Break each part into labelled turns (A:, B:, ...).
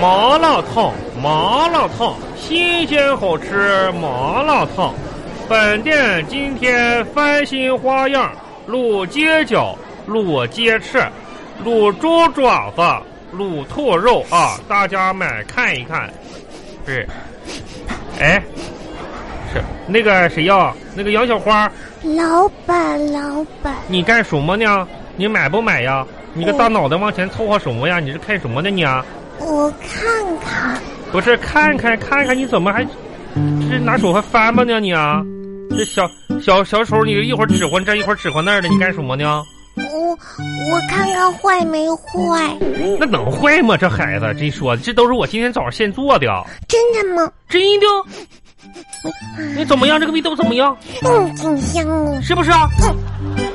A: 辣烫、麻辣烫，新鲜好吃麻辣烫。本店今天翻新花样，卤街角、卤鸡翅、卤猪爪子、卤兔肉啊，大家买看一看。是，哎，是那个谁呀、那个杨小花，
B: 老板，老板，
A: 你干什么呢？你买不买呀？你个大脑袋往前凑合什么呀？你是干什么的你啊？
B: 我看看，
A: 不是，看看看看，你怎么还这拿手还翻吧呢你啊？这小小小手，你一会儿指挥这，一会儿指挥那儿的，你干什么呢？
B: 我我看看坏没坏，
A: 那能坏吗？这孩子，这说这都是我今天早上现做的，
B: 真的吗？
A: 真的。你怎么样？这个味道怎么样？
B: 嗯，挺香的。
A: 是不是啊？
B: 嗯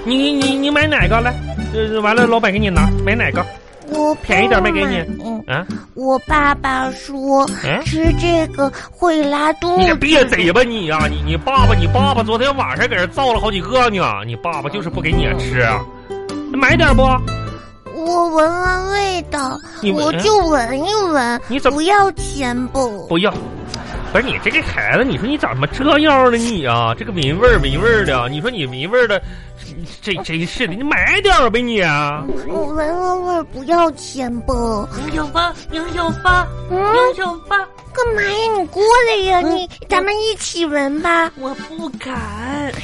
A: 你你你买哪个来？呃，完了，老板给你拿，买哪个？
B: 我
A: 便宜点卖给你
B: 不买嗯，
A: 啊？
B: 我爸爸说
A: 嗯
B: 吃这个会拉肚
A: 你
B: 子。
A: 别贼吧你呀、你你爸爸，你爸爸昨天晚上给人造了好几个呢，你爸爸就是不给你吃，啊买点不？
B: 我闻闻味道，
A: 你闻
B: 我就闻一闻，
A: 嗯你怎么
B: 不要钱不？
A: 不要？不是你这个孩子，你说你咋么这样呢你啊？这个闻味儿闻味儿的，啊你说你闻味儿的，这真是的，你买点呗你啊！
B: 我闻闻味儿不要钱不？
C: 杨小发，杨小发，
B: 嗯，
C: 杨小发，
B: 干嘛呀？你过来呀！你
A: 嗯
B: 咱们一起闻吧。
C: 我不敢。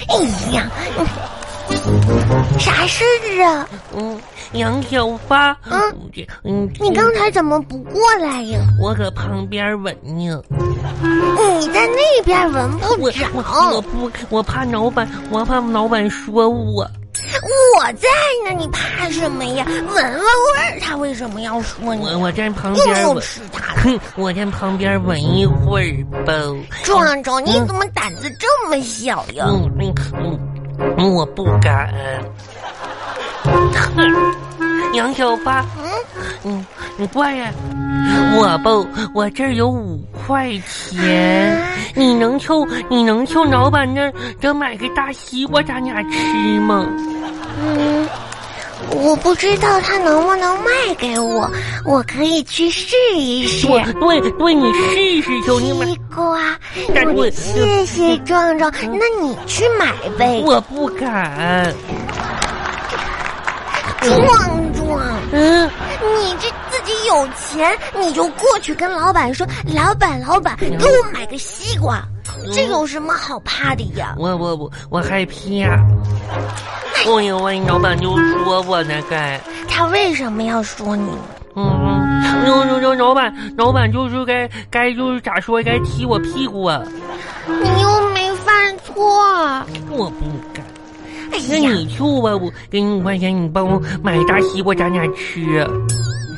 B: 哎呀，嗯啥事儿啊？
C: 嗯，杨小发，
B: 嗯
C: 嗯，
B: 你刚才怎么不过来呀？
C: 我搁旁边闻呢，
B: 你在那边闻
C: 我
B: 不
C: 我
B: 着，
C: 我不，我怕老板，我怕老板说我。
B: 我在呢，你怕什么呀？嗯闻闻味儿，他为什么要说哎你？
C: 我我在旁边
B: 又
C: 闻，
B: 吃他了，
C: 哼，我在旁边闻一会儿吧。
B: 壮壮，你怎么胆子这么小呀？
C: 嗯嗯嗯嗯，我不敢。哼，杨小发，
B: 嗯，
C: 嗯，你过来，我不，我这儿有五块钱，你能去你能去老板那儿这买个大西瓜咱俩吃吗？
B: 嗯，我不知道他能不能卖给我，我可以去试一试。
C: 我对对，你试试去，你买
B: 西瓜，
C: 但
B: 我
C: 我
B: 谢谢壮壮，那你去买呗。
C: 我不敢。
B: 壮壮，
C: 嗯，
B: 你这自己有钱，你就过去跟老板说，老板，老板，给我买个西瓜，这有什么好怕的呀？
C: 我我我我害怕。哎呦喂，老板就说我呢该。
B: 他为什么要说你？
C: 嗯，就就就老板，老板就是该该就是咋说，该踢我屁股啊！
B: 你又没犯错啊。
C: 我不敢。
B: 哎
C: 那
B: 呀，
C: 你去吧，我给你五块钱，你帮我买大西瓜，咱俩吃。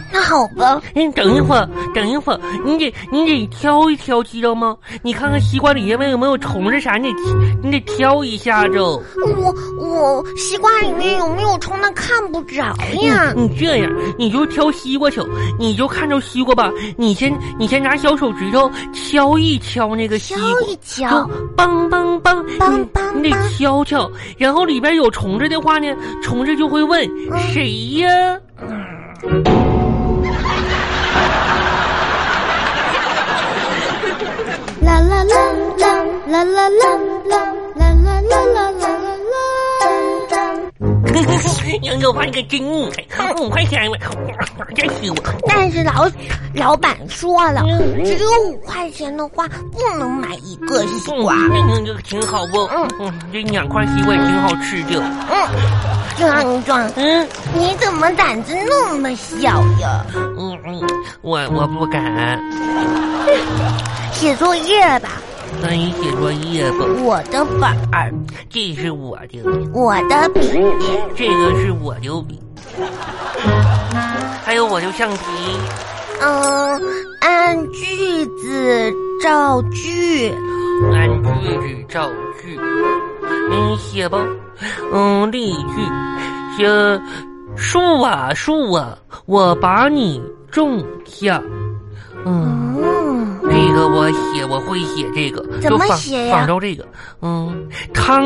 B: 那好吧，
C: 嗯，等一会儿，等一会儿，你得你得挑一挑，知道吗？你看看西瓜里面有没有虫子啥，你得你得挑一下子。
B: 我我西瓜里面有没有虫，那看不着哎呀。
C: 你这样，你就挑西瓜去，你就看着西瓜吧，你先你先拿小手指头敲一敲那个西
B: 敲
C: 瓜，
B: 一
C: 就
B: 敲，
C: 梆梆梆，
B: 梆
C: 你
B: 梆
C: 你得
B: 梆
C: 敲敲，然后里边有虫子的话呢，虫子就会问
B: 嗯
C: 谁呀？
B: 啦啦啦啦啦啦啦啦啦啦啦啦啦啦啦。
C: 杨小发，你可真厉害，五块钱吧，真欺我。
B: 但是老老板说了，只有五块钱的话，不能买一个西瓜。
C: 嗯，这个挺好不？嗯，这两块西瓜也挺好吃的。
B: 嗯，壮壮，
C: 嗯
B: 你怎么胆子那么小呀？
C: 嗯嗯，我我不敢。
B: 写作业吧，
C: 那你写作业吧。
B: 我的本儿，
C: 这是我的，
B: 我的笔，
C: 这个是我的笔，还有我的橡皮。
B: 嗯，按句子造句。
C: 按句子造句，嗯你写吧。嗯，例句，写树啊树啊，我把你种下。嗯，
B: 嗯，
C: 这个我写，我会写这个，
B: 怎么
C: 就仿
B: 写呀
C: 仿照这个。嗯，汤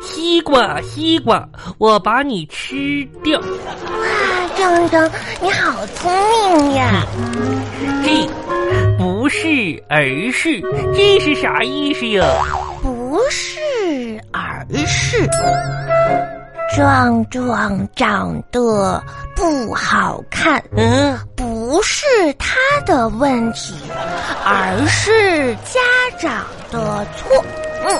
C: 西瓜西瓜，我把你吃掉。
B: 哇，壮壮，你好聪明呀！
C: 这个是而是，这是啥意思呀？
B: 不是，而是壮壮长得不好看，
C: 嗯，
B: 不是他的问题，而是家长的错。嗯，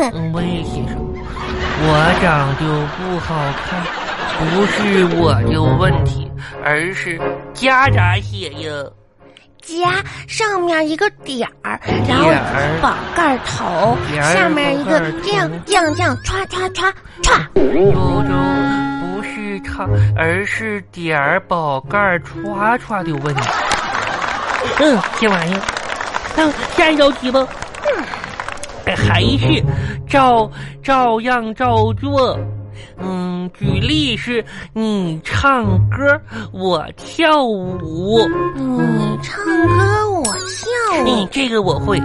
B: 呵呵
C: 魏先生，我长得不好看，不是我的问题，而是家长写呀。
B: 家上面一个点儿，然后
C: 点儿
B: 宝盖头，
C: 点儿
B: 下面一个
C: 宝盖头
B: 这样这样这样歘歘歘歘。
C: 周周不是他，而是点儿宝盖儿歘歘的问题。嗯，这玩意儿。那下一道题吧。哎还是照照样照做。嗯，举例是你唱歌，我跳舞。
B: 你唱歌，我 哎跳
C: 嗯
B: 舞，，
C: 这个我会。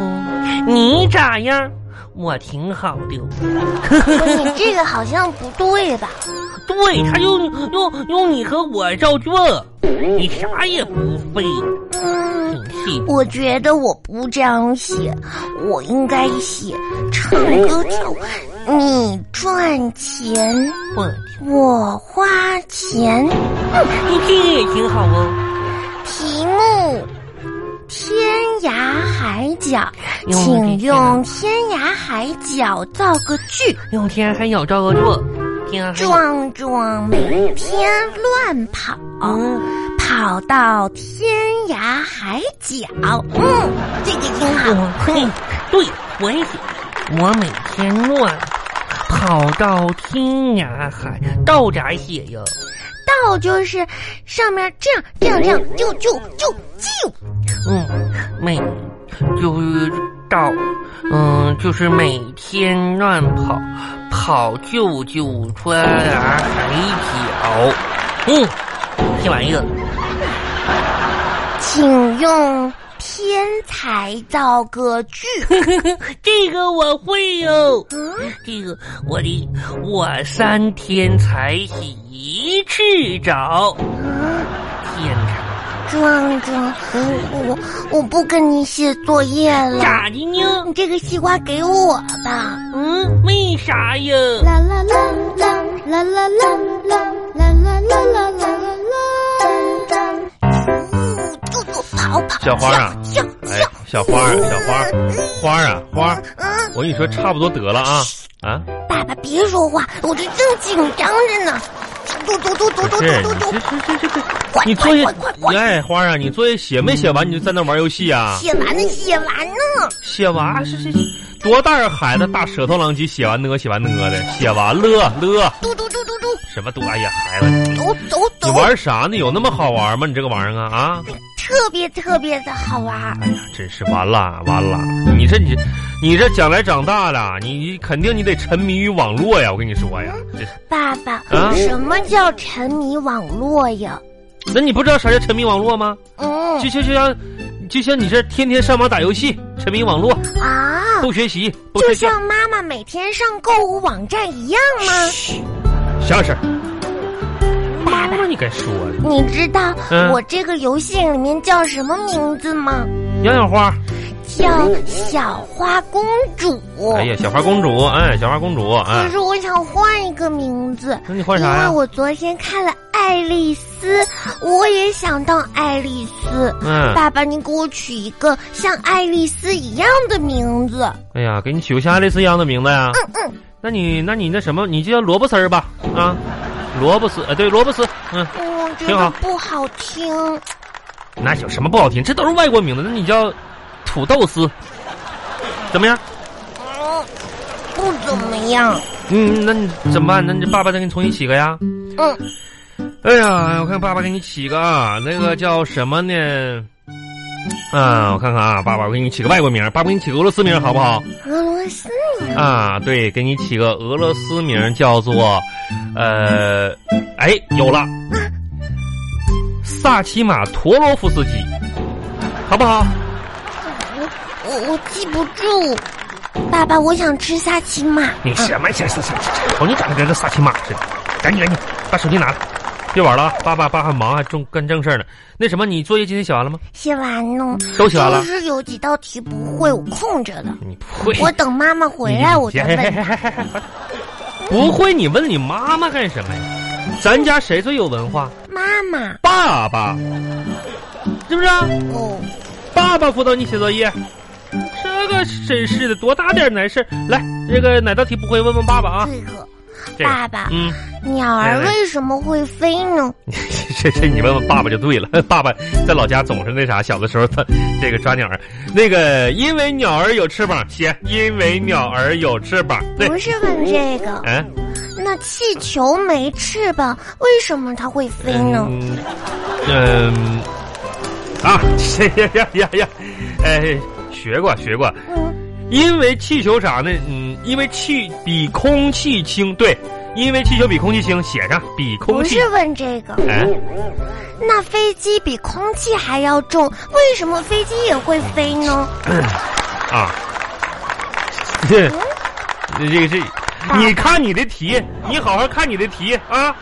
C: 嗯，你咋样？我挺好的。
B: 你这个好像不对吧？
C: 对，他用用用你和我照做，你啥也不会，
B: 嗯，
C: 挺气。
B: 我觉得我不这样写，我应该写唱歌跳舞。你赚钱，
C: 我
B: 我花钱。
C: 你这个也挺好哦。
B: 题目：天涯海角，
C: 用
B: 请
C: 这
B: 用天涯海角造个句。
C: 用天还咬照个做，天还咬。
B: 壮壮每天乱跑，
C: 嗯，
B: 跑到天涯海角。嗯，这个挺好。
C: 我嗯嘿，对我也写，我每天乱跑到天涯海，到咋写呀？
B: 到就是上面这样这样这样，就就就就
C: 嗯，每就是到，嗯，就是每天乱跑，跑舅舅穿啊海角，嗯，这玩意儿，
B: 请用天才造个句。
C: 这个我会哟，
B: 嗯，
C: 这个我的我三天才洗一次澡，
B: 嗯
C: 天哪，
B: 壮壮，我我不跟你写作业了，
C: 咋的呢？
B: 你这个西瓜给我吧。
C: 嗯，为啥呀？
D: 啦啦啦啦啦啦啦啦啦啦啦啦啦啦啦。
B: 嗯，就就跑跑，
A: 小花啊
B: 跳
A: 哎
B: 跳跳，，
A: 小花儿，小花儿，花儿啊，花儿，
B: 嗯，
A: 我跟你说差不多得了啊啊！
B: 爸爸别说话，我这正紧张着呢。嘟嘟嘟嘟
A: 不
B: 嘟
A: 是，
B: 嘟
A: 你
B: 嘟
A: 这
B: 嘟，
A: 这这这这，
B: 快
A: 你作
B: 快
A: 业
B: 快快，快！
A: 哎，花儿啊，你作业写没写完？你就在那玩游戏啊？
B: 写完呢，写完呢。
A: 写完是是，多大个孩子大舌头狼藉，写完呢写完呢的，写完了了
B: 嘟嘟嘟嘟嘟，
A: 什么都哎呀孩子，
B: 走走
A: 你
B: 走，
A: 玩啥呢？有那么好玩吗？你这个玩意儿啊啊！
B: 特别特别的好玩儿。
A: 哎呀，真是完了完了！你这你你这将来长大了，你你肯定你得沉迷于网络呀！我跟你说呀，这
B: 爸爸，
A: 啊
B: 什么叫沉迷网络呀？
A: 那你不知道啥叫沉迷网络吗？
B: 嗯
A: 就像就像就像你这天天上网打游戏，沉迷网络，
B: 啊，
A: 不学习，不
B: 就
A: 睡觉，
B: 像妈妈每天上购物网站一样吗？
A: 啥事儿？妈妈，你该说的。
B: 你知道
A: 嗯
B: 我这个游戏里面叫什么名字吗？
A: 杨小花，
B: 叫小花公主。
A: 嗯哎呀，小花公主，哎，小花公主，
B: 可
A: 哎，
B: 是我想换一个名字，
A: 那你换
B: 因
A: 啥
B: 为
A: 呀？
B: 我昨天看了《爱丽丝》，我也想当爱丽丝。
A: 嗯，
B: 爸爸，你给我取一个像爱丽丝一样的名字。
A: 哎呀，给你取个像爱丽丝一样的名字呀？
B: 嗯嗯
A: 那你那你那什么，你就叫萝卜丝儿吧？啊，萝卜丝，呃，对，萝卜丝，嗯。
B: 嗯，我觉
A: 挺
B: 得
A: 好
B: 不好听。
A: 那有什么不好听？这都是外国名字，那你叫土豆丝，怎么样？
B: 嗯，不怎么样。
A: 嗯，那你怎么办？那你爸爸再给你重新起个呀？
B: 嗯，
A: 哎呀，我看爸爸给你起个啊，那个叫什么呢？啊，我看看啊，爸爸，我给你起个外国名儿，爸爸给你起个俄罗斯名儿好不好？
B: 俄罗斯呀，
A: 啊，对，给你起个俄罗斯名儿叫做，呃，哎，有了，萨奇马陀罗夫斯基，好不好？
B: 我我我记不住。爸爸，我想吃沙琪玛。
A: 你什么意思？瞅你长得跟个萨琪玛似的，赶紧赶紧把手机拿来，写完了啊，爸爸爸很忙，还正干正事儿呢。那什么，你作业今天写完了吗？
B: 写完呢，
A: 都写完了
B: 就。是有几道题不会，我空着的。
A: 你不会，
B: 我等妈妈回来我再问她。
A: 问。不会，你问你妈妈干什么呀？咱家谁最有文化？
B: 妈妈，
A: 爸爸，是不是、啊？
B: 哦，
A: 爸爸辅导你写作业，这个真是的，多大点难事儿来，这个哪道题不会问问爸爸啊？
B: 这个
A: 这个
B: 爸爸，
A: 嗯，
B: 鸟儿为什么会飞呢？
A: 这这你问问爸爸就对了。 爸爸在老家总是那啥，小的时候他这个抓鸟儿，那个因为鸟儿有翅膀，写因为鸟儿有翅膀，对，
B: 不是问这个，
A: 嗯。
B: 那气球没翅膀，为什么它会飞呢？
A: 嗯，嗯，啊， 呀呀呀呀，哎，学过学过，
B: 嗯，
A: 因为气球啥呢？嗯，因为气比空气轻，对，因为气球比空气轻，写上比空
B: 不
A: 气
B: 是。问这个。
A: 哎，
B: 那飞机比空气还要重，为什么飞机也会飞呢？
A: 啊， 这这个是，你看你的题，你好好看你的题啊。